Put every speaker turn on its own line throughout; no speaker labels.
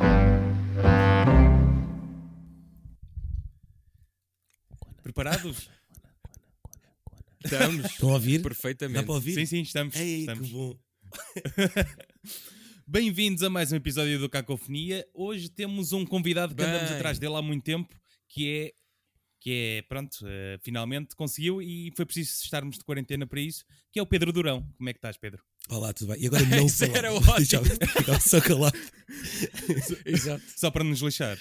preparados? Estamos.
Estão a ouvir?
Perfeitamente.
Dá para ouvir?
Sim, sim, estamos.
Ei,
estamos.
que bom.
Bem-vindos a mais um episódio do Cacofonia. Hoje temos um convidado que
Bem.
andamos atrás dele há muito tempo, que é, que é pronto, eh, finalmente conseguiu e foi preciso estarmos de quarentena para isso, que é o Pedro Durão. Como é que estás, Pedro?
Olá, tudo bem? E agora não
Isso
falava.
era ótimo.
Deixava- ficava só calado.
Exato.
Só para nos lixar.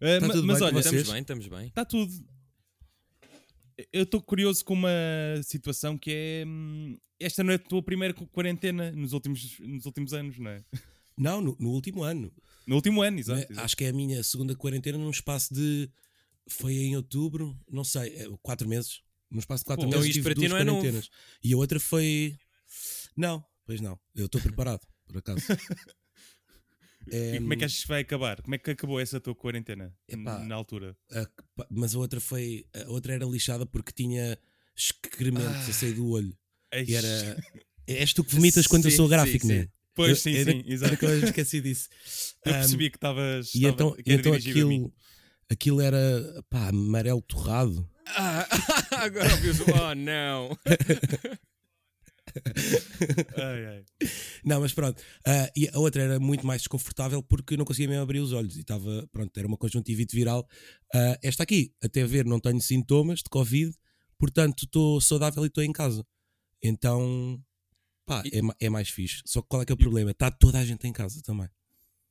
Eh,
Tá
ma-
tudo
mas
bem com
olha,
vocês?
Estamos bem, estamos bem.
está tudo. Eu estou curioso com uma situação que é. hum, Esta não é a tua primeira qu- quarentena nos últimos, nos últimos anos, não é?
Não, no, no último ano.
No último ano, exato.
Não é?
exato.
Acho que é a minha segunda quarentena num espaço de. Foi em outubro, não sei, é, quatro meses. Num espaço de quatro
Pô,
meses.
então isto para
tive
ti
duas
não é novo.
quarentenas. E a outra foi. Não, pois não. Eu estou preparado, por acaso.
E como é que
Em-
achas que vai acabar? Como é que acabou essa tua quarentena n-
Epá.
na altura?
a que pa- mas a outra foi a outra era lixada porque tinha excrementos a sair do olho e era és tu que vomitas quando eu
Sim,
sou
sim,
gráfico
sim.
né
Pois sim,
Eu- era-
sim,
era
exato.
que eu esqueci disso
Eu
Ahm,
percebi que estavas.
e
estava-
então,
que
e
era
então
dirigido a mim.
aquilo aquilo era pá, amarelo torrado
Ah, agora ouviu-se. Oh, não.
Ai, ai.
não mas pronto ah, e a outra era muito mais desconfortável porque não conseguia mesmo abrir os olhos e estava pronto era uma conjuntivite viral Ah, esta aqui até ver não tenho sintomas de covid portanto estou saudável e estou em casa então pá,
E-
é, ma- é mais fixe só que qual é que é o problema está toda a gente em casa também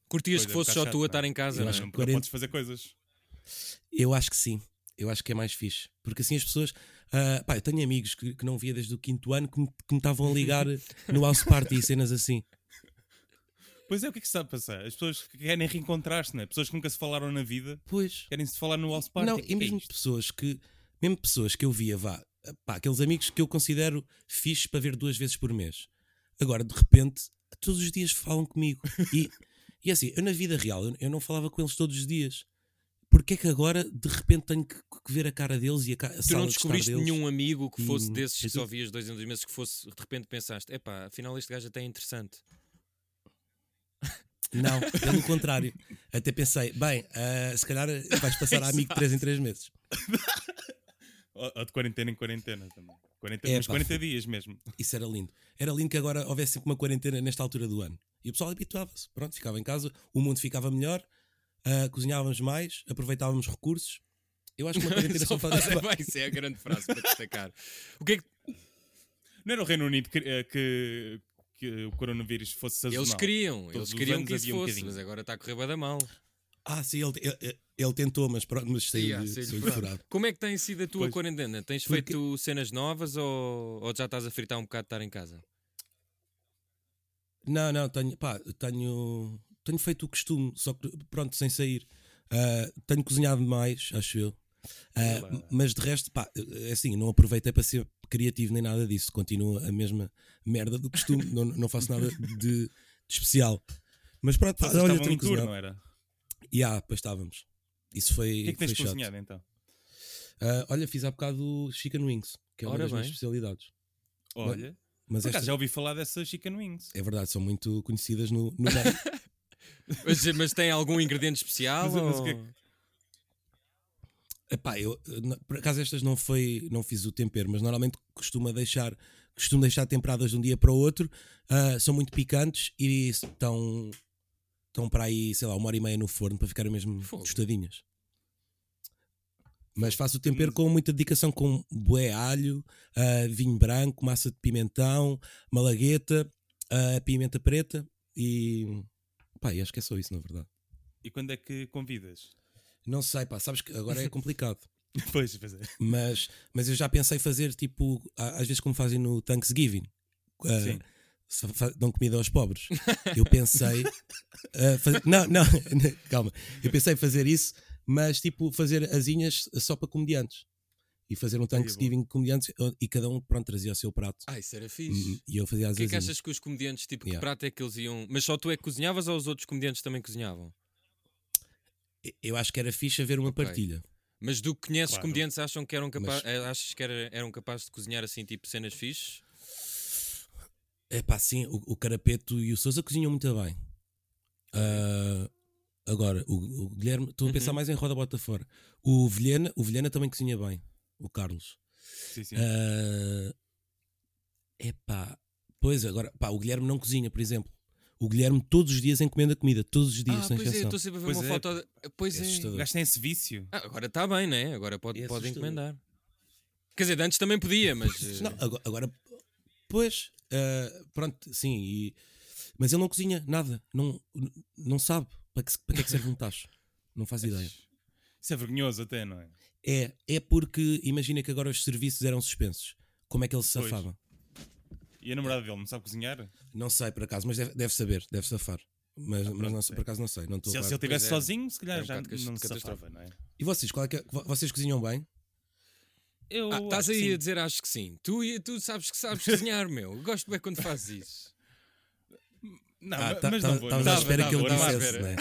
Curtias
Pois é,
que
um
fosse
bocado
só tu
chato,
a
não é?
estar em casa,
Eu
não é?
acho
Não, não
40
podes fazer coisas.
Eu acho que sim. Eu acho que é mais fixe. Porque assim as pessoas. ah, pá, eu tenho amigos que, que não via desde o quinto ano que me que me estavam a ligar no house party e cenas assim.
Pois é, o que é que se está a passar? As pessoas que querem reencontrar-se, não é? Pessoas que nunca se falaram na vida
Pois.
querem se falar no House Party.
não,
Que
e
é
mesmo
isto?
pessoas que. Mesmo pessoas que eu via, vá. ah, Pá, aqueles amigos que eu considero fixe para ver duas vezes por mês. Agora, de repente, todos os dias falam comigo. E, e assim, eu na vida real, eu, eu não falava com eles todos os dias. Porque é que agora, de repente, tenho que, que ver a cara deles e a, ca- a
Tu
sala
não
de estar
descobriste
deles?
nenhum amigo que fosse
Hum,
desses que
eu
só
tive-
vias dois em dois meses que fosse, de repente pensaste, epá, afinal este gajo até é interessante.
Não, pelo contrário. Até pensei, bem, ah, se calhar vais passar a amigo de 3 em 3 meses.
Ou, ou de quarentena em quarentena também. Quarentena,
É,
mas
pá,
40 dias mesmo.
Isso era lindo. Era lindo que agora houvesse sempre uma quarentena nesta altura do ano. E o pessoal habituava-se. Pronto, ficava em casa, o mundo ficava melhor, ah, cozinhávamos mais, aproveitávamos recursos. Eu acho que uma quarentena só
Só
faz.
faz- é, vai, isso é a grande frase para destacar. O que é que
Não era o Reino Unido que, eh, que, que o coronavírus fosse sazonal.
eles queriam?
Todos
Eles
os
queriam
anos
que isso
havia um
fosse,
bocadinho.
mas agora está a correr bué da mal.
Ah, sim, ele, ele- ele tentou, mas pronto, mas saiu
Yeah,
de-
saiu-lhe
saiu de
furado.
furado.
Como é que tem sido a tua
Pois.
quarentena? Tens
Porque-
feito cenas novas ou, ou já estás a fritar um bocado de estar em casa?
Não, não, tenho, pá, tenho, tenho feito o costume, só que pronto, sem sair. Ah, tenho cozinhado mais, acho eu. Ah,
Olá.
mas de resto, pá, é assim, não aproveitei para ser criativo nem nada disso. Continua a mesma merda do costume, não, não faço nada de, de especial. Mas pronto, pá,
Vocês
olha,
estavam
tenho
em tour,
cozinhado.
não era?
E ah, pois estávamos. Isso foi.
O que é que tens
foi chato.
cozinhado então?
Ah, olha, fiz há bocado chicken wings, que é uma
Ora
das minhas
bem.
especialidades.
Olha,
Mas
por acaso
esta,
já ouvi falar dessas chicken wings.
é verdade, são muito conhecidas no, no meio.
Mas, mas tem algum ingrediente especial?
Mas- mas o
ou-
que é que-
Epá, eu, eh, na- por acaso estas não foi, não fiz o tempero, mas normalmente costuma deixar, costumo deixar temperadas de um dia para o outro, Ah, são muito picantes e estão, estão para aí, sei lá, uma hora e meia no forno para ficarem mesmo
Fogo.
tostadinhas. Mas faço o tempero com muita dedicação, com bué alho, ah, vinho branco, massa de pimentão, malagueta, ah, pimenta preta e... Pá, e acho que é só isso, na verdade.
E quando é que convidas?
Não sei, pá, sabes que agora é complicado.
pois, pois é.
Mas, mas eu já pensei fazer tipo, a- às vezes como fazem no Thanksgiving. ah,
Sim.
se fa- Dão comida aos pobres. Eu pensei. ah, faz- Não, não, calma. Eu pensei fazer isso, mas tipo, fazer asinhas só para comediantes. E fazer um Thanksgiving de comediantes e cada um, pronto, trazia o seu prato.
Ah, é isso era fixe.
Uhum.
Hum, E eu fazia
O
as
que é que
asinhas.
achas que os comediantes, tipo, que
Yeah.
prato é que eles iam. Mas só tu é que cozinhavas ou os outros comediantes também cozinhavam?
Eu acho que era fixe haver uma
Ok.
partilha.
Mas do que conheces
Claro.
comediantes acham que eram capazes.
Mas-
Achas que era- eram capazes de cozinhar assim, tipo, cenas fixes?
É pá, sim, o, o Carapeto e o Sousa cozinham muito bem. Ah, Agora, o, o Guilherme, estou a pensar
Uhum.
mais em roda bota fora. O Vilhena, o Vilhena também cozinha bem, o Carlos.
Sim, sim.
Ah, epá, pois agora, pá, o Guilherme não cozinha, por exemplo. O Guilherme todos os dias encomenda comida, todos os dias,
Ah,
sem
pois é,
exceção.
estou sempre a ver
Pois
uma
é,
foto. de- Pois
É
é.
O
assustador.
gajo tem esse vício.
Ah, agora está bem, né? Agora pode,
É
pode
assustador.
encomendar. Quer dizer, de antes também podia, mas. eh,
Não, agora, agora- pois, ah, pronto, sim, e- mas ele não cozinha nada, não, não sabe para que, se- para que é que serve um tacho, não faz ideia.
Isso é vergonhoso até, não é?
É, é porque imagina que agora os serviços eram suspensos. Como é que ele se
Pois.
safava?
E a namorada dele não sabe cozinhar?
Não sei por acaso, mas deve, deve saber, deve safar. Mas, mas
pronto,
não, sei,
é.
por acaso não sei. Não estou
Se ele
a
se ele
par.
estivesse
é.
sozinho, se calhar
É um
já
bocado
não se
catástrofe.
safava, não é?
E vocês, qual é que é- vo- vocês cozinham bem?
Eu
Ah,
acho
estás
que
aí a
sim.
dizer acho que sim. Tu, e- tu sabes que sabes cozinhar, meu. Eu Gosto bem quando fazes isso.
Não,
Ah,
mas
tá-
mas
tá-
não vou.
Estavas
não
à
vou,
espera
não
que ele
vou, não vou.
dissesse, não é?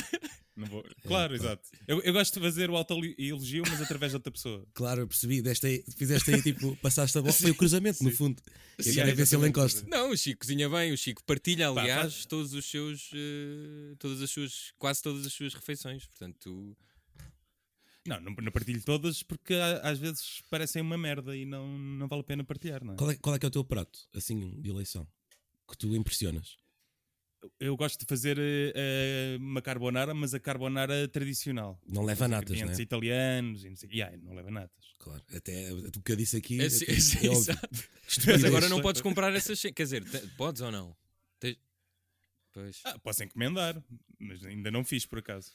Não vou. Claro, exato. Eu, eu gosto de fazer o autoelogio, mas através de outra pessoa.
Claro, eu percebi. Deste aí, fizeste aí tipo, passaste a bola. Foi o cruzamento, no fundo. E
Sim,
agora é ver se ele
exatamente.
encosta.
Não, o Chico cozinha bem, o Chico partilha,
Pá,
aliás,
faz-
todos os seus. eh, todas as suas. quase todas as suas refeições. Portanto, tu.
Não, não, não partilho todas porque a- às vezes parecem uma merda e não, não vale a pena partilhar, não é?
Qual é, qual é que é o teu prato, assim, de eleição? Que tu impressionas?
Eu gosto de fazer eh, eh, uma carbonara, mas a carbonara tradicional.
Não leva natas, não
Ingredientes
é?
italianos e não sei. E ai, não leva natas.
Claro. Até o que eu disse aqui.
É, sim,
até-
sim,
é óbvio.
exato.
Estupidez.
Mas agora
Sim.
não podes comprar essas. ce- Quer dizer, te- podes ou não? Te- Pois.
Ah, posso encomendar, mas ainda não fiz por acaso.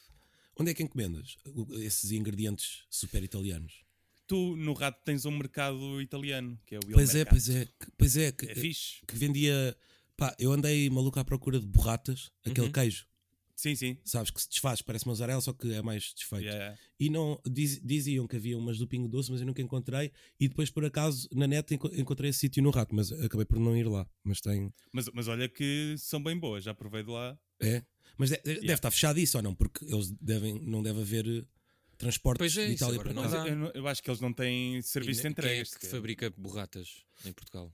Onde é que encomendas o- esses ingredientes super italianos?
Tu no rato tens um mercado italiano, que é o Il
pois é,
Mercato.
pois é, que- pois é, que,
É fixe.
que vendia. Pá, eu andei maluco à procura de borratas, aquele
Uhum.
queijo,
Sim, sim.
sabes, que se desfaz, parece mozzarella, só que é mais desfeito.
Yeah.
E não, diz- diziam que havia umas do Pingo Doce, mas eu nunca encontrei. E depois, por acaso, na net enco- encontrei esse sítio no rato, mas acabei por não ir lá. Mas tem.
Mas, mas olha que são bem boas, já provei de lá.
É? Mas de- deve estar fechado isso ou não? Porque eles devem, não deve haver eh, transportes
Pois é,
de
isso
Itália
agora
para
não
cá.
Mas
dá.
eu, não- eu acho que eles não têm serviço
E
de
ne-
entrega.
Quem é que fabrica borratas em Portugal?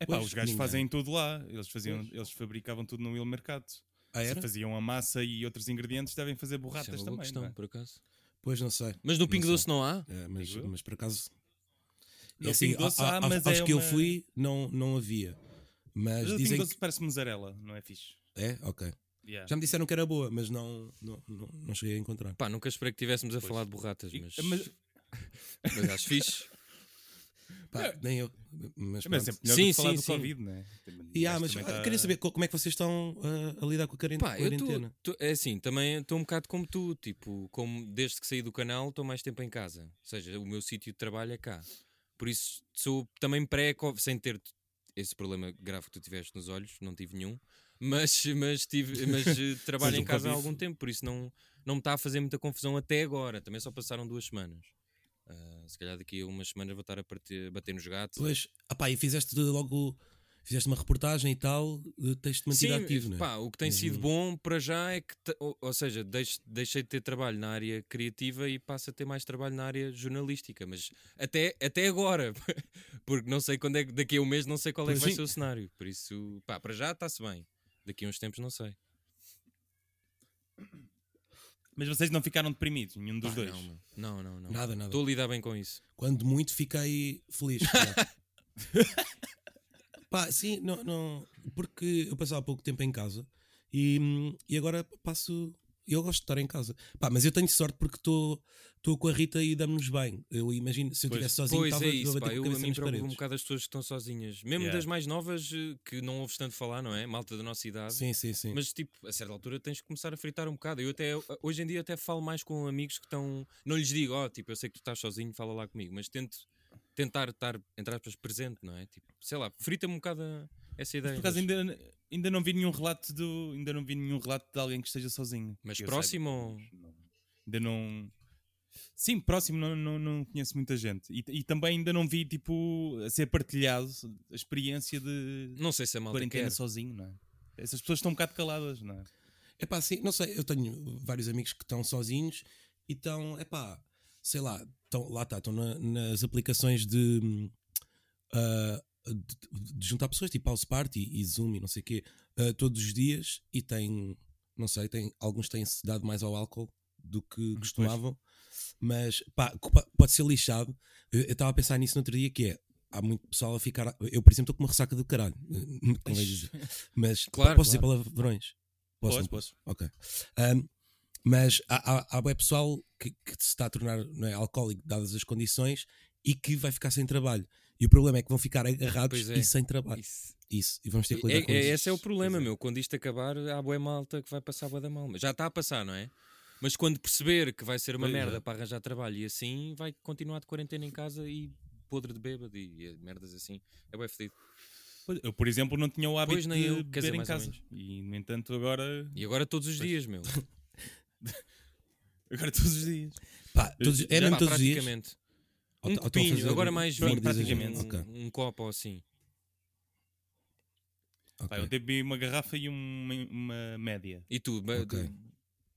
É pá, os
Pois,
gajos
ninguém.
fazem tudo lá. Eles, faziam, eles fabricavam tudo no Il Mercado.
Ah,
Se
era?
faziam a massa e outros ingredientes, devem fazer borratas
Isso é uma boa
também.
questão,
não é?
por acaso.
Pois não sei.
Mas no
Não
Pingo
sei.
Doce não há?
É, mas,
Digo eu.
mas por acaso.
No
É assim,
Pingo Doce
a- a-
há,
aos-
mas
aos
é
que eu
uma-
fui não, não havia. Mas
Mas o
dizem
Pingo
que.
Doce parece mozzarella, não é fixe?
É, ok.
Yeah.
Já me disseram que era boa, mas não, não, não, não cheguei a encontrar.
Pá, nunca esperei que estivéssemos a falar de borratas,
E-
mas,
mas-
mas... acho fixe.
Pá, nem eu. Mas,
É. Mas é
pronto.
melhor
Sim,
do que falar
sim,
do
sim.
Covid, não é?
E, ah, mas
tá-
ah, queria saber co- como é que vocês estão ah, a lidar com a quaren-
Pá, eu tô-
quarentena.
tô- é assim, também estou um bocado como tu, tipo, como desde que saí do canal estou mais tempo em casa. Ou seja, o meu sítio de trabalho é cá. Por isso sou também pré sem ter t- esse problema grave que tu tiveste nos olhos, não tive nenhum, mas, mas, tive, mas eh, trabalho
Sim,
um
em
nunca
casa há
vi.
algum tempo, por isso não, não me está a fazer muita confusão até agora. Também só passaram duas semanas. Ah, se calhar daqui a umas semanas vou estar a, partir- a bater nos gatos.
Pois, ah, pá, e fizeste logo. Fizeste uma reportagem e tal, eh, tens-te mantido ativo, não é?
pá, o que tem sido bom para já é que, te- ou, ou seja, deix- deixei de ter trabalho na área criativa e passo a ter mais trabalho na área jornalística, mas até, até agora, porque não sei quando é que, daqui a um mês não sei qual é que
Pois
vai
sim.
ser o cenário, por isso, pá, para já está-se bem, daqui a uns tempos não sei.
Mas vocês não ficaram deprimidos, nenhum dos
Pá,
dois.
Não, meu. não, não, não.
Nada, nada.
Estou a lidar bem com isso.
Quando muito fiquei feliz. pá. Pá, sim, não, não, porque eu passava pouco tempo em casa e, hum, e agora passo. Eu gosto de estar em casa. Pá, mas eu tenho sorte porque estou estou com a Rita e damos-nos bem. Eu imagino, se eu
Pois.
estivesse sozinho,
pois
estava
é isso,
a
pá,
bater
eu
com a
a
tipo cabeça
mim
nas
preocupa um
paredes.
bocado as pessoas que estão sozinhas, mesmo
Yeah.
das mais novas eh, que não ouves tanto falar, não é? Malta da nossa idade.
Sim, sim, sim.
Mas, tipo, a certa altura tens que começar a fritar um bocado. Eu até, hoje em dia, até falo mais com amigos que estão. Não lhes digo, ó, tipo, eu sei que tu estás sozinho, fala lá comigo, mas tento tentar estar, entre aspas, presente, não é? Tipo, sei lá, frita-me um bocado a- essa
Mas
ideia.
por acaso ainda, ainda não vi nenhum relato do. Ainda não vi nenhum relato de alguém que esteja sozinho.
Mas
Que eu
próximo
saiba,
ou-
mas não- ainda não. Sim, próximo não, não, não conheço muita gente. E, e também ainda não vi tipo a ser partilhado a experiência de
Não sei se a malta
quarentena
quer.
sozinho, não é? Essas pessoas estão um bocado caladas, não é?
É pá, sim, não sei, eu tenho vários amigos que estão sozinhos e estão, é pá, sei lá, estão, lá está, estão na- nas aplicações de, hum, ah, de- de juntar pessoas, tipo House Party e Zoom e não sei o quê, ah, todos os dias e têm não sei, tem, alguns têm-se dado mais ao álcool do que
Pois.
costumavam, mas pá, co- pa- pode ser lixado. Eu eu estava a pensar nisso no outro dia, que é, há muito pessoal a ficar, eu por exemplo estou com uma ressaca do caralho, convém dizer. mas
Claro,
posso dizer
claro.
palavrões? Posso,
Posso,
não
posso.
Ok. Ahm, mas há, há, há bué pessoal que, que se está a tornar não é, alcoólico, dadas as condições, e que vai ficar sem trabalho. E o problema é que vão ficar agarrados
Pois é.
e sem trabalho.
Isso.
Isso. E vamos ter que lidar
É,
com
é-
isso.
esse é o problema,
Pois é.
meu. Quando isto acabar, há boa malta que vai passar boa da mal. Mas já está a passar, não é? Mas quando perceber que vai ser uma
Pois é.
merda para arranjar trabalho e assim, vai continuar de quarentena em casa e podre de bêbado e, e merdas assim. É bem fedido.
Pois, Eu, por exemplo, não tinha o hábito
Pois, nem eu.
de
Quer dizer,
beber em
mais ou
casa. E, no entanto, agora,
E agora todos os
Pois.
dias, meu.
agora todos os dias.
Pá, todos, é
Já
mesmo
Pá,
todos os dias.
praticamente.
Ou
Um
t- ou estão a
copinho,
fazer-
agora mais
Pronto,
vinho,
dizes-
praticamente.
ok,
Um, um copo ou assim.
ok,
Pá, eu até bebi uma garrafa e uma, uma média.
E tu, ba-
Ok.
tu-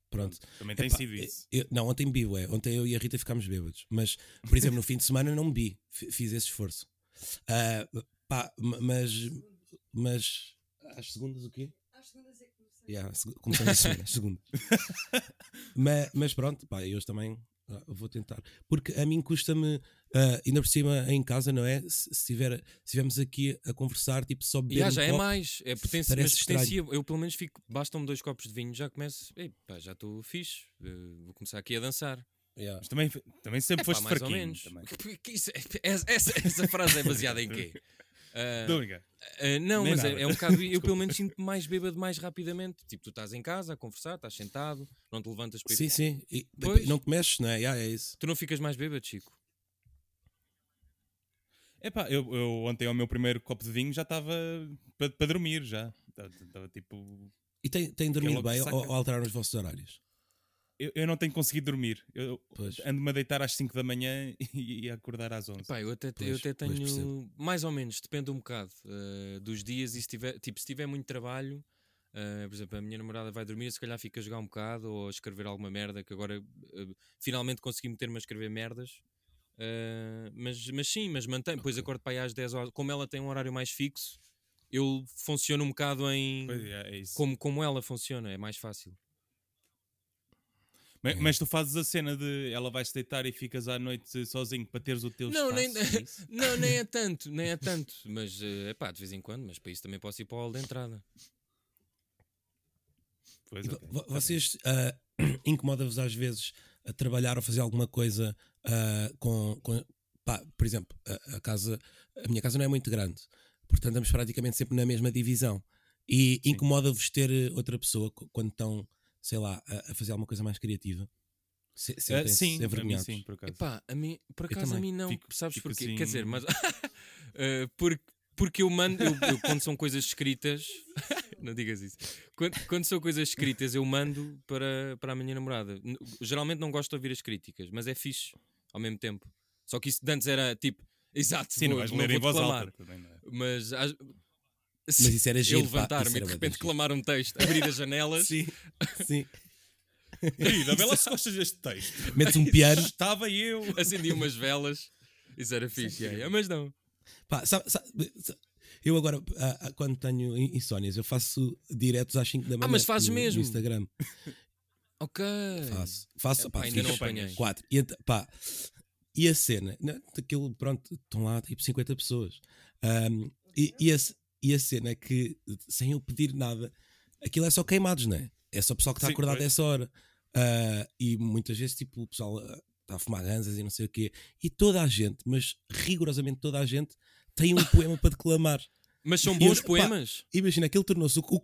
Pronto.
Também tem
Epá, é,
sido isso.
eu- não, ontem bebi, ué. Ontem eu e a Rita ficámos bêbados. Mas, por exemplo, no fim de semana não bebi. F- Fiz esse esforço. Ah, pá, ma- mas. Mas. Às segundas o quê? Yeah, seg- começamos a segunda. segunda. mas, mas pronto, pá, eu hoje também ah, vou tentar. Porque a mim custa-me, ah, ainda por cima em casa, não é? Se, se, tiver, se estivermos aqui a conversar, tipo, só beber.
Ya,
um
já é
copo,
mais. É pertence,
Parece
mas pertencia.
estranho.
Eu pelo menos fico. Bastam-me dois copos de vinho, já começo. "Ei, pá, já estou fixe. eh, vou começar aqui a dançar.
yeah.
Mas também, também sempre
É pá,
foste
mais ou
fraquinho.
menos.
Também.
Que- que isso- é, essa, essa- essa frase é baseada em quê? Ah,
Estou a brincar.
ah, não,
nem
mas é,
nada.
é um bocado. Eu pelo menos sinto-me mais bêbado mais rapidamente. Tipo, tu estás em casa a conversar, estás sentado, não te levantas para ir.
Sim, sim. E-
Pois.
não te mexes, não é? Yeah, é isso.
Tu não ficas mais bêbado, Chico.
Epá, eu, eu ontem ao meu primeiro copo de vinho já estava para para dormir já. Estava tipo.
E tem, tem dormido
logo
bem
saca.
ou, ou alteraram os vossos horários?
Eu, eu não tenho conseguido dormir. Eu
Pois.
ando-me a deitar às 5 da manhã e, a acordar às 11.
Pá, eu até, eu
Pois,
até
pois,
tenho.
percebo.
Mais ou menos, depende um bocado eh, dos dias. E se tiver, tipo, se tiver muito trabalho, eh, por exemplo, a minha namorada vai dormir, se calhar fica a jogar um bocado ou a escrever alguma merda. Que agora eh, finalmente consegui meter-me a escrever merdas. Eh, mas, mas sim, mas mantém. Depois acordo para aí às 10 horas. Como ela tem um horário mais fixo, eu funciono um bocado em.
Pois é, é isso.
Como, como ela funciona, é mais fácil.
Ma- Mas, tu fazes a cena de ela vai-se deitar e ficas à noite sozinho para teres o teu
Não, nem-
espaço. é isso?
Não, nem é tanto, nem é tanto. Mas é pá, de vez em quando, mas para isso também posso ir para o hall de entrada.
Pois,
E vo-
ok.
vo- vocês ah, incomoda-vos às vezes a trabalhar ou fazer alguma coisa ah, com, com- pá, por exemplo, a, a casa, a minha casa não é muito grande, portanto estamos praticamente sempre na mesma divisão. E
Sim.
incomoda-vos ter eh, outra pessoa co- quando estão, sei lá, a, a fazer alguma coisa mais criativa? Se,
Ah,
sentem-se
sim, para mim
envergonhados?
sim, por acaso.
Epá, a mim, por
Eu
acaso a
também.
mim não,
Fico-
sabes
fico
porquê?
assim-
Quer dizer, mas Eh, porque, porque eu mando, eu, eu quando são coisas escritas, não digas isso, quando, quando são coisas escritas, eu mando para, para a minha namorada. N- Geralmente não gosto de ouvir as críticas, mas é fixe ao mesmo tempo. Só que isso de antes era tipo, exato,
Sim, não
vou-
vais ler em
vou
voz
declamar.
alta também, não é?
Mas, às-
Mas isso era
eu
giro, pá, isso
levantar-me e
era
de
bué
repente
giro.
clamar um texto, abrir as janelas.
Sim, sim.
Querida, vê lá se gostas deste texto.
Metes um piano.
Estava eu.
Acendi umas velas, isso era fixe, yeah, yeah, mas não.
Pá, sabe- sabe- sa- eu agora, ah, ah, quando tenho in- insónias, eu faço diretos às 5 da manhã.
Ah, mas fazes
no, no
mesmo?
Instagram.
Ok.
Faço. Faço, pá,
Epá, É, ainda não
fiz
apanhei.
quatro. E, ent- pá, e a cena? né, Aquilo, pronto, estão lá tipo 50 pessoas. Ahm, e, e a, ce- e a cena é que, sem eu pedir nada, aquilo é só queimados, não é? É só o pessoal que está
Sim,
acordado a
pois.
essa hora. Ah, e muitas vezes, tipo, o pessoal ah, está a fumar ganzas e não sei o quê. E toda a gente, mas rigorosamente toda a gente, tem um poema para declamar.
Mas são
E
bons
eu- pá,
poemas.
Imagina, aquilo tornou-se o, o-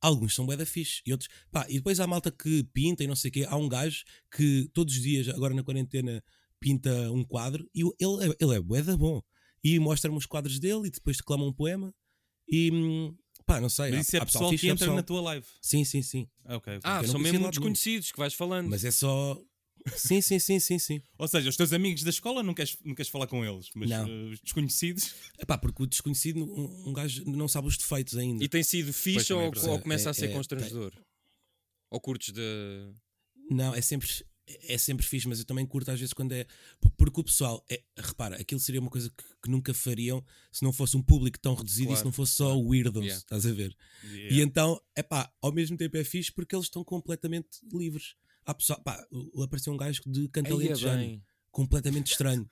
Alguns são bué da fixe e outros. Pá, e depois há malta que pinta e não sei o quê. Há um gajo que todos os dias, agora na quarentena, pinta um quadro e o- ele é, ele é bué da bom. E mostra-me os quadros dele e depois declama um poema. E hum, pá, não sei. há-
Mas isso é
há
pessoal que
fixe, há
entra
pessoal-
na tua live.
Sim, sim, sim.
Ah, ok. ok.
Ah,
eu não
são
conhecia de
mesmo
lado nenhum.
desconhecidos que vais falando.
Mas é só. Sim, sim, sim, sim, sim.
Ou seja, os teus amigos da escola não queres, não queres falar com eles, mas
Não.
eh, os desconhecidos.
Epá, porque o desconhecido, um, um gajo não sabe os defeitos ainda.
E tem sido
Pois,
fixe
também é
ou,
verdade.
ou começa
É,
a ser
é,
constrangedor? Ou curtes de.
Não, é sempre. é sempre fixe, mas eu também curto às vezes quando é. p- Porque o pessoal, é, repara, aquilo seria uma coisa que, que nunca fariam se não fosse um público tão reduzido e se
Claro,
não fosse só weirdos,
Yeah.
estás a ver?
Yeah.
E então, é pá, ao mesmo tempo é fixe porque eles estão completamente livres. Há pessoal, pá, o- apareceu um gajo de
Aí
cantalento
é
é
bem. Assim,
completamente estranho.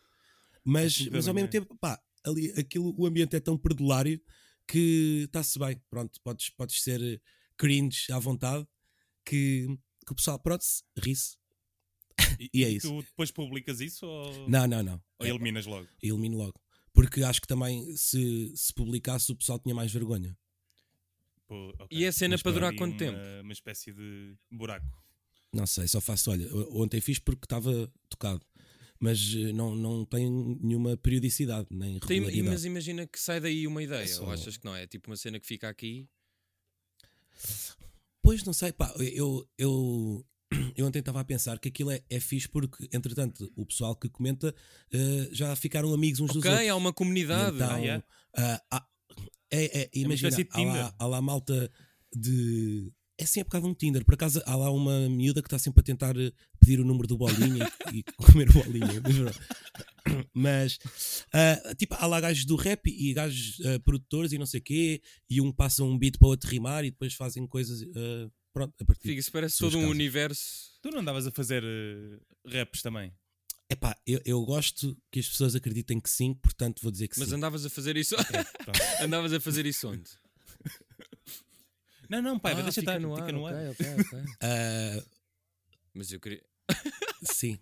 Mas,
Aquilo
mas ao
também
mesmo
é.
tempo, pá, ali aquilo, o ambiente é tão perdulário que está-se bem. Pronto, podes, podes ser eh, cringe à vontade que, que o pessoal, pronto, se- ri-se. e é isso.
Tu depois publicas isso ou,
Não, não, não.
ou eliminas logo?
Elimino logo. Porque acho que também se, se publicasse o pessoal tinha mais vergonha.
Pô, ok.
E a cena
Mas
para durar
ali
quanto
uma-
tempo?
Uma espécie de buraco.
Não sei, só faço, olha, o- ontem fiz porque estava tocado. Mas eh, não, não tem nenhuma periodicidade, nem
Tem-
regularidade.
mas imagina que sai daí uma ideia,
Só-
ou achas que não? É tipo uma cena que fica aqui.
Pois não sei, pá, eu, eu, eu ontem estava a pensar que aquilo é, é fixe porque, entretanto, o pessoal que comenta eh, já ficaram amigos uns dos
Ok,
outros.
há uma comunidade.
E então,
Ah, é?
ah, há- é, é, imagina,
espécie de
há, lá,
Tinder.
há lá malta de. É sim, é bocado um Tinder. Por acaso há lá uma miúda que está sempre a tentar eh, pedir o número do bolinha e, e comer o bolinha. Mas, pronto. Mas, ah, tipo, há lá gajos do rap e gajos ah, produtores e não sei o quê. E um passa um beat para o outro rimar e depois fazem coisas. ah, pronto, a partir
Fica, isso parece
Suas
todo um
casas.
universo.
Tu não andavas a fazer eh, raps também?
Epá, eu, eu gosto que as pessoas acreditem que sim, portanto vou dizer que
Mas
sim.
andavas a fazer isso.
Pronto.
andavas a fazer isso onde?
Não, não,
é
pai,
Ah,
deixa
fica
estar,
no ar,
fica no ar.
ok, ok, ok.
Ah,
Mas eu queria.
sim.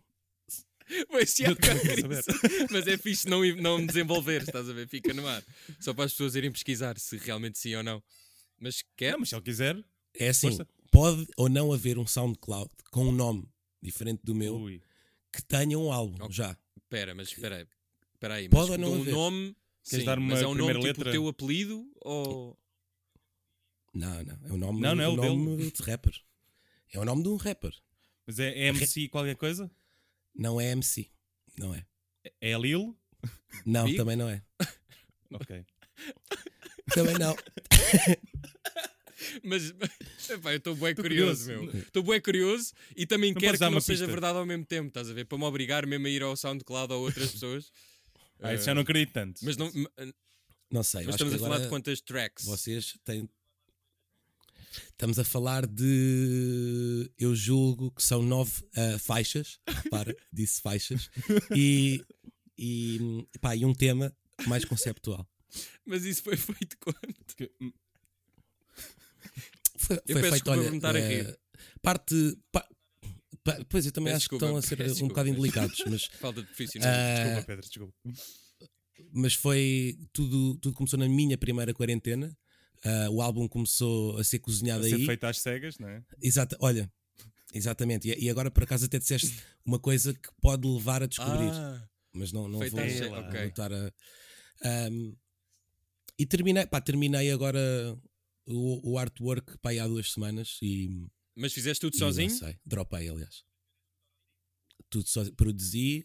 Mas, se há
Eu também quero
bocado isso. Mas é fixe não, ir- não desenvolver, estás a ver? Fica no ar. Só para as pessoas irem pesquisar se realmente sim ou não. Mas quer?
Não, mas se ele quiser.
É assim,
Força.
pode ou não haver um SoundCloud com um nome diferente do meu
Ui.
que tenha um álbum
Ok.
já.
Espera, mas espera aí. Espera aí,
Pode
mas
ou não
dou um
haver?
nome.
Queres
sim,
dar uma
mas é um nome
primeira
tipo
letra?
o teu apelido ou.
Não, não, é o nome,
Não, não é
o
o
nome de rapper. É o nome de um rapper,
Mas é, é MC qualquer coisa?
não é MC, não é.
É Lil?
Não,
Big?
também não é.
Ok.
Também não.
Mas epá, eu estou bem curioso,
curioso.
meu. Estou bem curioso e também
Não podes
quero que
dar
não
uma
seja
pista.
verdade ao mesmo tempo, estás a ver? Para me obrigar mesmo a ir ao SoundCloud ou a outras pessoas.
Ah, isso
Eh,
já não acredito tanto.
Mas, não, mas
Não sei, eu acho
estamos
que
a falar de
agora
quantas tracks?
vocês têm Estamos a falar de. Eu julgo que são nove ah, faixas. Repara, disse faixas. E. E, pá, e um tema mais conceptual.
Mas isso foi feito quando?
Que- hum,
Foi,
Eu peço
foi feito,
desculpa
olha,
por me estar a
eh,
rir.
parte. pa- pa- pois eu também
Peço
acho que
desculpa,
estão a ser
peço
um
desculpa,
bocado
peço
indelicados, mas,
Falta de profissionalismo.
eh,
Desculpa, Pedro, desculpa.
mas foi tudo, tudo começou na minha primeira quarentena. Ah, o álbum começou a ser cozinhado
A ser
aí.
feito às cegas, não é?
Exata, olha, exatamente. E, e agora por acaso até disseste uma coisa que pode levar a descobrir,
Ah,
mas não, não
feito
vou
às
não
cegas,
vou
ok.
estar a. Ahm, e terminei, pá, terminei agora o, o artwork pá, aí há duas semanas e
mas fizeste tudo
E
sozinho?
lancei. Dropei, aliás. Tudo sozinho. Produzi,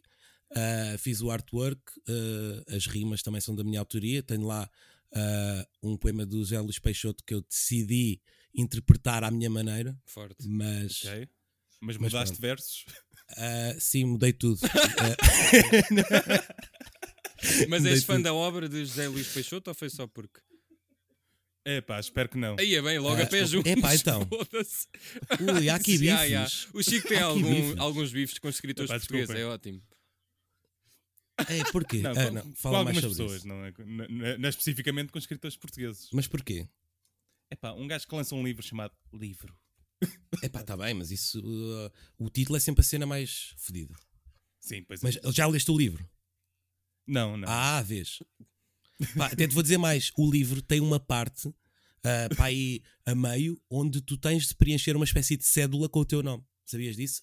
ah, fiz o artwork, ah, as rimas também são da minha autoria. Tenho lá ah, um poema do Zé Luís Peixoto que eu decidi interpretar à minha maneira,
Forte.
mas
Ok. Mas
Mas
mudaste
pronto.
versos.
ah, sim, mudei tudo. Ah,
Mas
Dei
és fã
tudo.
da obra de José Luís Peixoto ou foi só porque?
É pá, espero que não.
Aí é bem, logo
Ah,
a pé juntos.
epá, então.
Foda-se.
Ui, há aqui
Ya, ya.
bifes.
O Chico tem
Há aqui
algum-
bifes.
alguns bifes com escritores
Epá,
portugueses,
desculpem.
é ótimo.
É, porquê?
Não,
Ah,
com-
não,
com
Fala mais
algumas
sobre
pessoas,
isso.
não é? Não- não- não é especificamente com escritores portugueses.
Mas porquê?
É pá, um gajo que lança um livro chamado Livro.
Epá, está bem, mas isso. ah, o título é sempre a cena mais fodida.
Sim, pois é.
Mas já leste o livro?
Não, não.
Ah, vês. Pá, até te vou dizer mais: o livro tem uma parte, ah, pá, aí a meio, onde tu tens de preencher uma espécie de cédula com o teu nome. Sabias disso?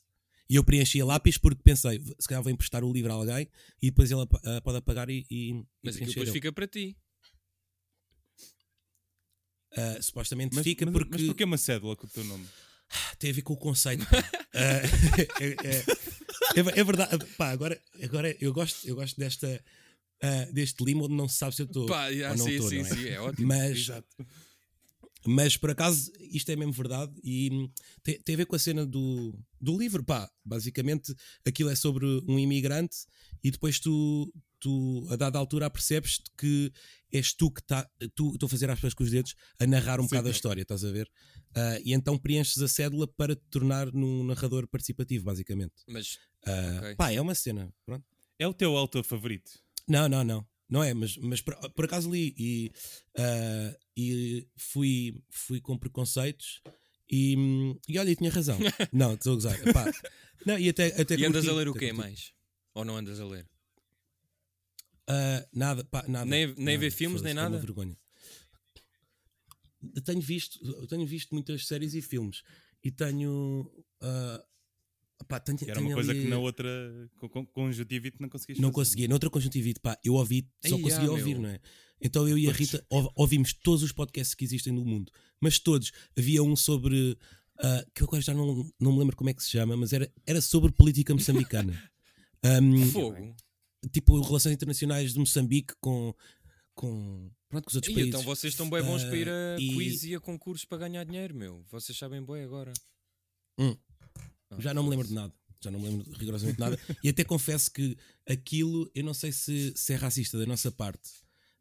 E eu preenchi a lápis porque pensei, "V- se calhar vou emprestar o livro a alguém e depois ele apa- ah, pode apagar e. e e
Mas aquilo
preencher
depois
eu."
fica para ti.
Ah, supostamente
mas,
fica
mas,
porque
mas porquê uma cédula com o teu nome?
tem a ver com o conceito. pá. Ah, é, é- é- é verdade. Pá, agora, agora eu gosto, eu gosto desta, ah, deste limo onde não se sabe se eu estou.
Pá, ya,
ou não é?
sim,
estou,
sim,
não é?
sim, é ótimo.
Mas,
Exato.
mas por acaso isto é mesmo verdade e hum, tem, tem a ver com a cena do, do livro, pá. Basicamente, aquilo é sobre um imigrante e depois tu, tu a dada altura, percebes que és tu que está, tu, estou a fazer aspas com os dedos, a narrar um
Sim,
bocado a
claro.
história, estás a ver? Ah, e então preenches a cédula para te tornar num narrador participativo, basicamente.
Mas
Ah,
Ok.
Pá, é uma cena, pronto.
É o teu autor favorito.
Não, não, não. Não é, mas, mas por, por acaso li e, ah, e fui, fui com preconceitos e, hum, e olha, e tinha razão. não, estou a gozar. Pá. Não, e até, até
e andas
curti,
a ler o
até
quê
curti.
mais? Ou não andas a ler?
Ah, nada, pá, nada.
Nem- nem
Nada.
ver filmes, nem
Foda-se, é uma
nada?
vergonha. Eu Tenho visto, eu tenho visto muitas séries e filmes e tenho. ah, pá, tenho,
Que era
tenho
uma coisa
ali-
que na outra con- con- conjuntivite um não conseguias
Não
fazer.
conseguia. Noutra conjuntivite, pá, eu ouvi, só
Ai,
conseguia
ah,
ouvir,
meu.
não é? Então eu e a Rita ou- ouvimos todos os podcasts que existem no mundo, mas todos. Havia um sobre. ah, que eu agora já não, não me lembro como é que se chama, mas era, era sobre política moçambicana. Ahm,
Fogo.
tipo, relações internacionais de Moçambique com. com pronto, com os outros
Ih,
países.
então vocês estão bem bons para ir a
Ah, e-
quiz e a concursos para ganhar dinheiro, meu. Vocês sabem bem agora.
Hum.
Ah,
Já não me lembro
foda-se.
de nada. Já não me lembro rigorosamente de nada. e até confesso que aquilo, eu não sei se, se é racista da nossa parte,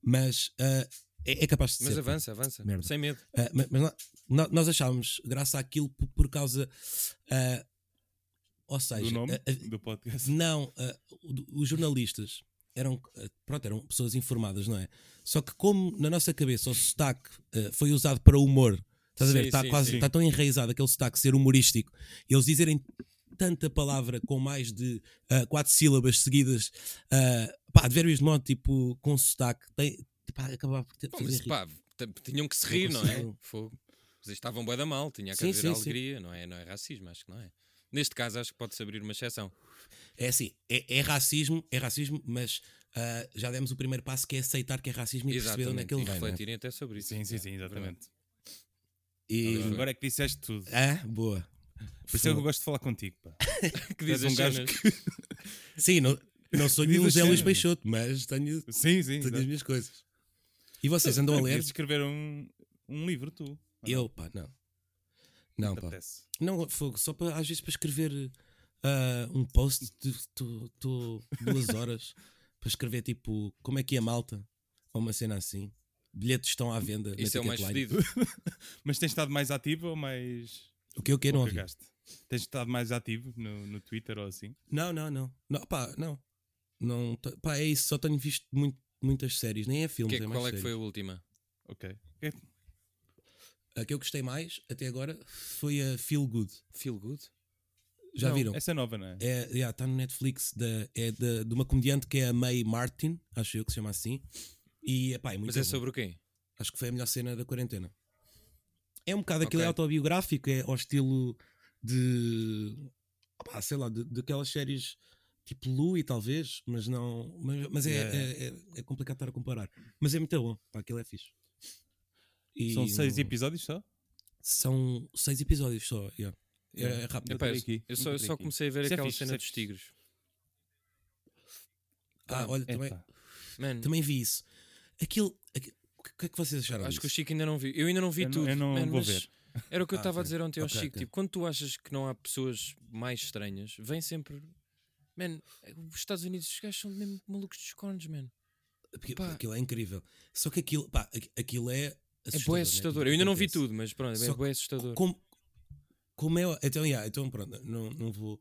mas ah, é, é capaz de ser.
Mas
pá.
avança, avança.
Merda.
Sem medo.
Ah, mas mas nó- nó- nós achámos graça àquilo por, por causa. ah, ou seja,
Do nome
ah, ah,
do podcast.
não, ah, o- os jornalistas eram, ah, pronto, eram pessoas informadas, não é? Só que, como na nossa cabeça o sotaque ah, foi usado para humor, estás a ver?
Sim,
Está,
sim,
quase,
sim.
está tão enraizado aquele sotaque ser humorístico, eles dizerem tanta palavra com mais de ah, quatro sílabas seguidas, ah, pá, advérbios de modo tipo com sotaque, tem, pá, acabava por ter.
Bom,
fazer
mas
rir.
pá, t- tinham que se rir, não é?
consigo.
Fogo. Vocês estavam bué da mal, tinha que
Sim,
haver
sim, sim.
alegria, não é? Não é racismo, acho que não é. Neste caso, acho que pode-se abrir uma exceção.
É assim, é, é racismo, é racismo, mas ah, já demos o primeiro passo que é aceitar que é racismo e perceber onde é
Exatamente.
que ele
e
vem. não é?
refletirem até sobre isso.
Sim, sim,
É,
ah,
sim,
verdade.
exatamente.
E-
Aliás,
Agora é que disseste tudo.
Ah, boa.
Por isso é que eu gosto de falar contigo, pá.
Que
És
diz um
um gajo
Sim, não, não sou
Diz
nenhum
as
Zé Luís
cenas.
Peixoto, mas tenho,
Sim, sim.
tenho
exato.
as minhas coisas. E vocês andam a
Não,
ler?
podias escrever um, um livro, tu. Ou
Eu, pá, não. Não,
não te
pá.
apetece?
Não, fogo, só para, às vezes para escrever ah, um post, estou duas horas para escrever tipo como é que é a malta, ou uma cena assim. Bilhetes estão à venda. na
Isso é o mais
Ticketline.
fedido.
Mas tens estado mais ativo ou mais.
O que eu quero
ou
não ouvi.
cagaste? Tens estado mais ativo no, no Twitter ou assim?
Não, não, não. Não, pá, não. Não, t- pá, é isso. Só tenho visto muito- muitas séries, nem é filmes.
Que-
é mais
qual é que
séries.
foi a última?
Ok.
A que eu gostei mais até agora foi a Feel Good.
Feel Good?
Já
Não,
viram?
Essa é nova, não é?
É, yeah, tá no Netflix, da, é da- de uma comediante que é a May Martin, acho eu que se chama assim. E epá, é muito
Mas é
bom.
sobre o quê?
Acho que foi a melhor cena da quarentena. É um bocado aquele
Ok.
autobiográfico, é ao estilo de. opá, sei lá, de- daquelas séries tipo Louie, talvez, mas não. Mas, mas é,
Yeah.
é, é- é complicado estar a comparar. Mas é muito bom, pá, aquilo é fixe. É E
São seis
não-
episódios só?
São seis episódios só, yeah. é, é rápido.
Epá,
Encontrei
eu,
aqui,
eu só, eu
encontrei
só
aqui.
comecei a ver
Isso é
aquela
fixe,
cena
isso é
dos
fixe.
tigres.
Ah, olha,
É,
também,
pá.
Mano,
também vi isso. Aquilo. aqui- O que o que é que vocês acharam?
acho que o
disso?
Chico ainda não viu. Eu ainda não vi
Eu não-
tudo.
eu não
mano,
vou
mas
ver.
Era o que eu
Ah,
estava a
ok.
dizer ontem ao
Ok,
Chico.
ok.
Tipo, quando tu achas que não há pessoas mais estranhas, vem sempre. Man, os Estados Unidos, os gajos são mesmo malucos dos cornos, man.
Porque-
pá.
Aquilo é incrível. Só que aquilo, pá, aqu- aquilo é.
É bué
né?
assustador.
Tudo
Eu ainda não vi
acontece.
tudo, mas pronto, é
Só
bué assustador.
Como, como é. Então, yeah, então pronto, não, não vou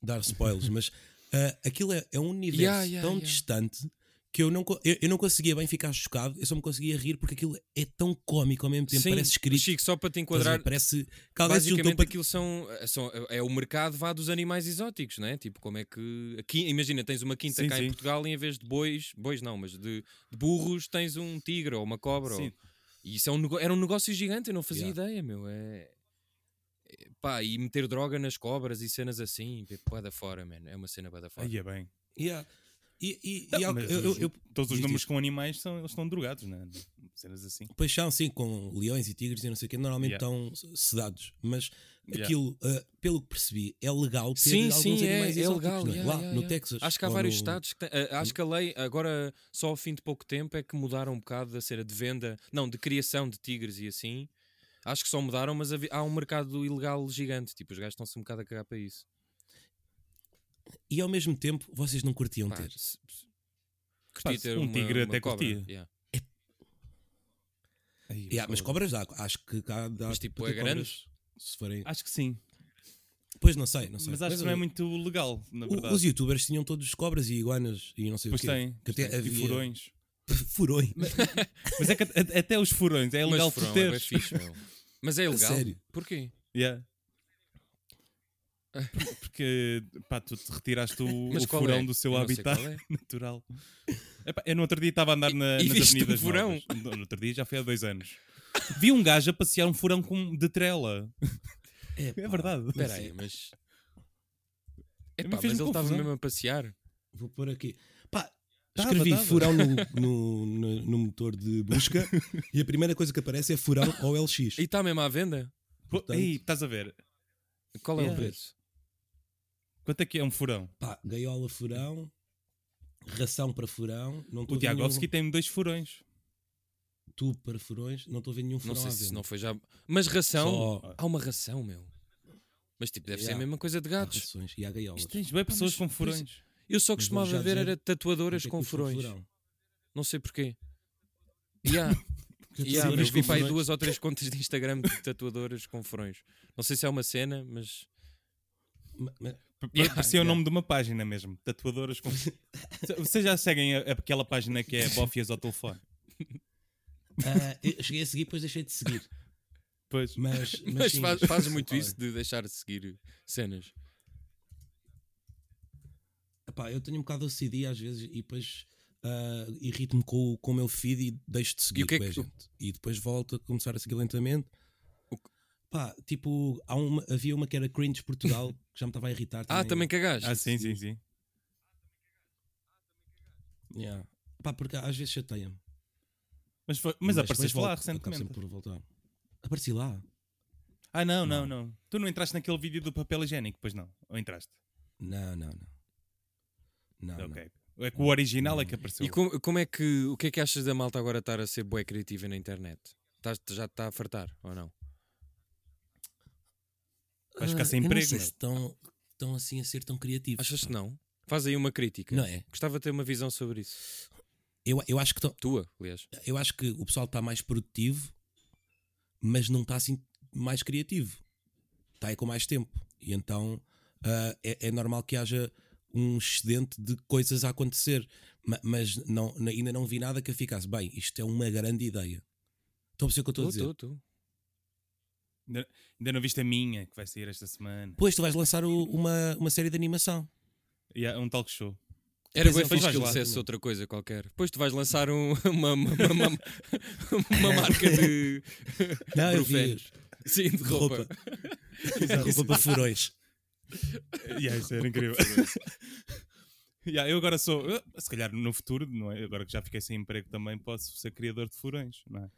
dar spoilers, mas ah, aquilo é, é um universo
Yeah, yeah,
tão
yeah.
distante que eu não, co- eu, eu não conseguia bem ficar chocado, eu só me conseguia rir porque aquilo é tão cómico ao mesmo tempo, parece escrito.
Chico, só para te
estás a ver?
enquadrar,
Parece que alguém se juntou
basicamente
para.
aquilo são, são- é o mercado vá dos animais exóticos, não é? Tipo, como é que aqui, imagina, tens uma quinta
Sim,
cá em
sim.
Portugal e em vez de bois, bois não, mas de, de burros tens um tigre ou uma cobra.
Sim.
Ou, e isso é um, nego- era um negócio gigante, eu não fazia
Yeah.
ideia, meu. É, é- pá, e meter droga nas cobras e cenas assim, pá da fora, mano. É uma cena pá da fora.
Aí é bem.
Yeah. E, e, e
Não,
algo-
mas
eu-
os-
eu- eu-
todos os
diz,
números
diz.
com animais são, eles estão drogados, né? Cenas assim.
paixão, sim, com leões e tigres e não sei o que, normalmente
Yeah.
estão sedados, mas
Yeah.
aquilo, ah, pelo que percebi, é legal ter
Sim,
alguns
sim, é-
animais
é
exóticos,
legal,
não
yeah,
lá
yeah,
no
yeah.
Texas.
Acho que há
ou
vários
no-
estados que têm- ah, ah, acho que a lei, agora só ao fim de pouco tempo, é que mudaram um bocado da cena de venda, não, de criação de tigres e assim. Acho que só mudaram, mas havi- há um mercado ilegal gigante. Tipo, os gajos estão-se um bocado a cagar para isso.
E ao mesmo tempo, vocês não curtiam
Pá,
ter.
se- se-
Um Pá,
curti ter
um
uma-
tigre
uma
até
cobra.
curtia.
Yeah.
Ai,
Yeah, mas cobras dá, acho que dá,
tipo,
dá
Mas, tipo,
para ter
é grande?
cobras, Se forem.
Acho que sim.
Pois não sei, é não sei.
Ah, Mas acho que não é
olha,
muito legal, na
o-
verdade.
Os youtubers tinham todos cobras e iguanas e não sei
Pois
o quê.
tem.
Que até
E
havia-
furões.
Furões.
Mas é que at- até os furões é legal
mas
tu
furão, é bué
teres.
fixe, meu. Mas é ilegal?
sério?
Porquê?
Yeah. Por- Porque pá, tu te retiraste o,
Ah. Mas
o
qual
furão
é?
do seu
Eu não sei
habitat
qual é.
natural. Epá, eu no outro dia estava a andar na,
E- e
nas
viste um
avenidas
furão?
novas. No, no outro dia já foi há dois anos. Vi um gajo a passear um furão com, de trela. É verdade.
Espera aí, mas...
mim
Epá, mas
fez-me
ele estava
confusão.
mesmo a passear.
Vou pôr aqui. Pá,
Tava,
escrevi
tava.
furão no, no, no- no motor de busca e a primeira coisa que aparece é furão OLX.
E está mesmo à venda?
Pô,
portanto-
Aí, estás a ver?
Qual é o
Yeah.
preço?
Quanto é que é um furão?
Pá, gaiola furão, ração para furão. Não tô
O
a ver nenhum-
Tiagovski tem dois furões.
Tu para furões, não estou a ver nenhum
Não
furão.
sei
à
se isso
venda.
não foi já... Mas ração?
Só-
Há uma ração, meu. Mas tipo, deve ser a
Yeah.
mesma coisa de
Há
gatos.
rações e há gaiolas.
Isto tens bem pessoas
mas
com
por isso-
furões.
Eu só
Mas vou-vos
costumava
já
ver
dizer
era tatuadoras
Quanto é que
com
custa um
furões.
furão?
Não sei porquê. Yeah, yeah,
Tatuadoras
mas
com
vi para aí
furões.
duas ou três contas de Instagram de tatuadoras com furões. Não sei se é uma cena, mas.
Ma- ma-
Yeah,
Yeah,
Parecia o
yeah.
nome de uma página mesmo. Tatuadoras com. Vocês já seguem a- aquela página que é Bofias ao telefone?
Ah, eu cheguei a seguir, depois deixei de seguir.
Pois.
Mas, mas,
Mas
sim,
faz, faz muito
olha,
isso de deixar de seguir cenas.
epá, eu tenho um bocado de OCD às vezes e depois ah, irrito-me com, o- com o meu feed e deixo de seguir.
E o que é
bué
que-
gente. e depois volto a começar a seguir lentamente.
O que-
Pá, tipo, há uma- havia uma que era Cringe Portugal que já me estava a irritar.
Ah, também cagaste.
Ah, sim, sim, sim.
Yeah. Pá, porque às vezes chateia-me.
Mas, foi, mas,
depois
apareceste
volto,
lá
acabo
recentemente.
sempre por voltar. Apareci lá?
Ah, não, não, não. Tu não entraste naquele vídeo do papel higiênico, pois não? Ou entraste?
Não, não, não. Não, não.
ok. É que o original é que apareceu.
E como, como é que. O que é que achas da malta agora estar a ser boa criativa na internet? Estás- já te está a fartar ou não?
Vais ficar
Ah,
sem
eu
emprego,
Não sei
meu.
se estão, estão assim a ser tão criativos.
Achas que não? Faz aí uma crítica.
Não é?
Gostava de ter uma visão sobre isso.
Eu, eu, acho que estão-
Tua, aliás.
eu acho que o pessoal está mais produtivo, mas não está assim mais criativo. Está aí com mais tempo. E então ah, é, é normal que haja um excedente de coisas a acontecer. Ma- mas não, na- ainda não vi nada que eu ficasse bem. Isto é uma grande ideia. Estão a perceber o que eu estou a
Tu,
dizer?
tu, tu.
Ainda, ainda não viste a minha, que vai sair esta semana.
Pois, tu vais lançar o- uma, uma série de animação.
E há um talk show.
Era
Pois
bem
é,
fixe
vais
que ele
lá.
dissesse outra coisa qualquer. Depois tu vais lançar um- uma, uma, uma, uma- uma marca de
Não, eu vi
brufenos. Sim, de
de
roupa.
roupa. roupa para furões.
Yeah, isso era incrível. yeah, eu agora sou. eu, Se calhar no futuro, não é? agora que já fiquei sem emprego também, posso ser criador de furões, não é?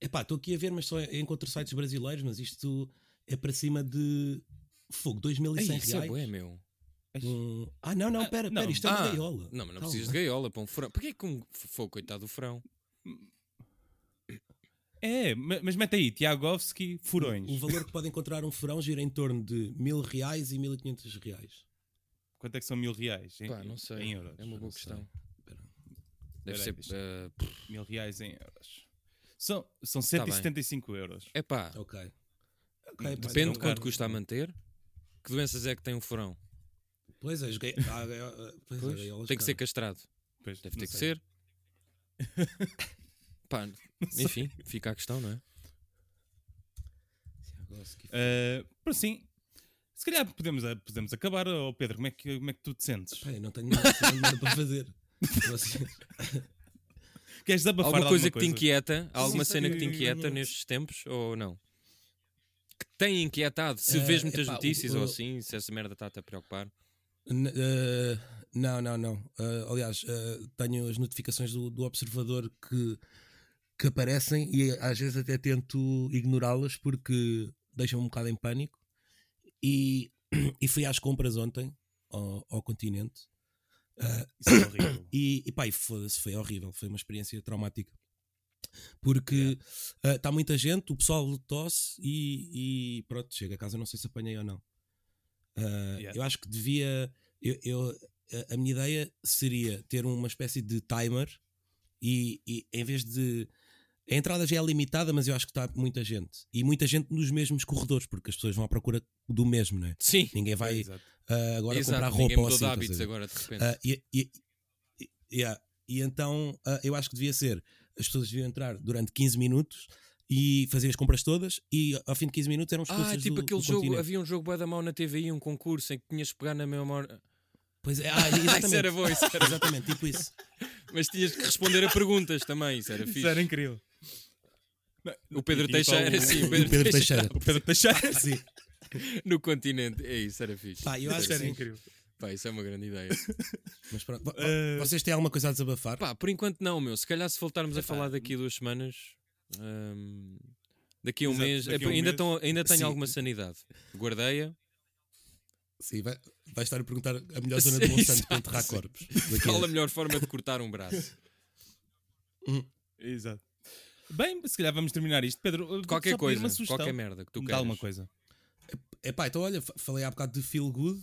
Epá, estou aqui a ver, mas só encontro sites brasileiros, mas isto é para cima de fogo, 2100
Ei, isso é
reais.
bué, meu.
Um- Ah, não, não, pera,
não.
pera, isto é uma
Ah,
gaiola.
Não, mas não
Calma.
precisas de gaiola para um furão. Porquê que um foi coitado do furão?
É, ma- mas mete aí, Tiagovski, furões.
O valor que pode encontrar um furão gira em torno de mil reais e 1500 reais.
Quanto é que são mil reais? Em,
Pá, não sei.
Em euros.
É uma boa
não
questão.
Espera.
Deve
Espera aí, deixa-
ser. eh,
Mil reais em euros. São, são
Tá bem.
175 euros.
É pá,
Ok. Ok, pá,
Hum,
então
depende
não
de
quero.
quanto custa a manter. Que doenças é que tem um furão?
Pois é, as gai- há gaio- ah, pois, é, há gaiolas
Tem que ser
caras.
castrado.
Pois,
Deve
não
ter que
sei.
ser. Pá, enfim, fica a questão, não é?
Ah, por assim, se calhar podemos, ah, podemos acabar. Oh, Pedro, como é, que, como é que tu te sentes?
Pá, eu não tenho nada, não tenho nada para fazer. Vocês-
Queres desabafar de
alguma coisa que te inquieta? Há
Sim,
alguma
sim,
cena que te
sim,
inquieta
sim.
nestes tempos ou não? Que tem inquietado? Se
Eh,
vês muitas
epá, o-
notícias ou
o-
assim, se essa merda está-te a preocupar.
N- eh, não, não, não. Eh, aliás, eh, tenho as notificações do, do observador que, que aparecem e às vezes até tento ignorá-las porque deixam-me um bocado em pânico. E, e fui às compras ontem ao, ao continente Eh,
Isso é horrível.
e, e pá, e foda-se, foi horrível. Foi uma experiência traumática. Porque está muita gente, o pessoal tosse e, e pronto, chega a casa, não sei se apanhei ou não. Ah,
Yeah.
Eu acho que devia. Eu, eu- a- a minha ideia seria ter uma espécie de timer e, e em vez de. A entrada já é limitada, mas eu acho que está muita gente. E muita gente nos mesmos corredores, porque as pessoas vão à procura do mesmo, não é?
Sim.
Ninguém vai
Exato.
ah, agora
Exato,
comprar
ninguém
roupa ou
mudou
assim.
de hábitos
estás a ver?
agora de repente.
Ah, e, e- e- yeah. E então ah, eu acho que devia ser: as pessoas deviam entrar durante 15 minutos e fazer as compras todas, e ao fim de 15 minutos eram expulsas
Ah, é tipo
do,
aquele
do
jogo,
continente.
havia um jogo bué da mau na TVI, um concurso em que tinhas de pegar na mesma hora.
Pois é, ah, exatamente.
isso era bom, isso era-
Exatamente, tipo isso.
Mas tinhas que responder a perguntas também, isso era
Isso
fixe.
era incrível. Não,
O Pedro
e- e pá,
Teixeira,
o-
sim, o
E
Pedro,
Pedro
Teixeira
Teixeira.
O Pedro Teixeira. é assim.
Sim.
no continente. É isso, era fixe.
Pá,
Isso
eu acho
Isso era
era
sim.
fixe.
incrível.
Pá, isso é uma grande ideia.
Mas pronto, vo- vo-
Eh,
vocês têm alguma coisa a desabafar?
Ah. Pá, por enquanto não, meu. Se calhar se voltarmos a
Epá,
falar daqui a duas semanas, hum, daqui a um
Exato,
mês,
daqui a
epá,
um
ainda,
mês.
tão- ainda tenho
Sim.
alguma sanidade. Guardei-a.
Sim, vai, vais estar a perguntar a melhor zona
Sim,
do Monsanto
exato,
para enterrar
sim.
corpos. é.
Qual a melhor forma de cortar um braço?
Exato. Bem, se calhar vamos terminar isto. Pedro, eu vou
Qualquer
só pedir
coisa,
uma sugestão.
qualquer merda que tu
Dá
queiras.
alguma coisa.
É pá, então olha, fa- falei há bocado de Feel Good,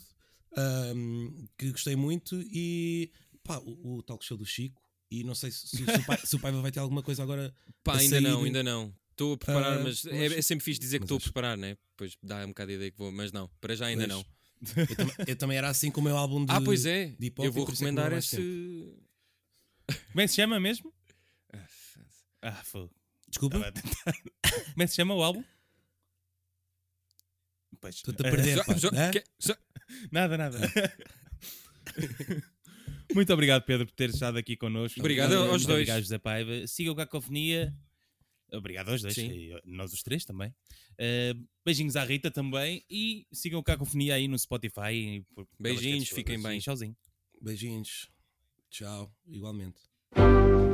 ahm, que gostei muito, e pá, o, o talk show do Chico. E não sei se, se, se o pai, se o Paiva vai ter alguma coisa agora.
Pá,
a
ainda
sair-
não, ainda não. Estou a preparar,
Ah,
mas é,
mas-
é sempre fixe dizer que
mas
estou a
acho-
preparar, né? Pois dá um bocado a ideia que vou, mas não, para já ainda
Pois.
não.
Eu, tam- eu também era assim com o meu álbum de.
ah, pois é,
de hip hop,
eu vou
por isso é que demora
recomendar
mais
esse.
Como é que se chama mesmo?
Ah, f-
Ah, foda.
Desculpa,
Tá
Estava a tentar. Como é que se chama o álbum? Pois,
estou-te
eh,
a perder.
Já-
pá.
já-
Hã?
que- já-
Nada, nada. Muito obrigado, Pedro, por ter estado aqui connosco.
Obrigado
Muito
aos dois.
Obrigado, José Paiva. Siga o Cacofonia. Obrigado aos dois.
Sim.
E uh, nós os três também. Eh, beijinhos à Rita também. E sigam o Cacofonia aí no Spotify. e por- pelas
Beijinhos,
redes todas.
fiquem bem.
E Tchauzinho.
Beijinhos. Tchau, igualmente.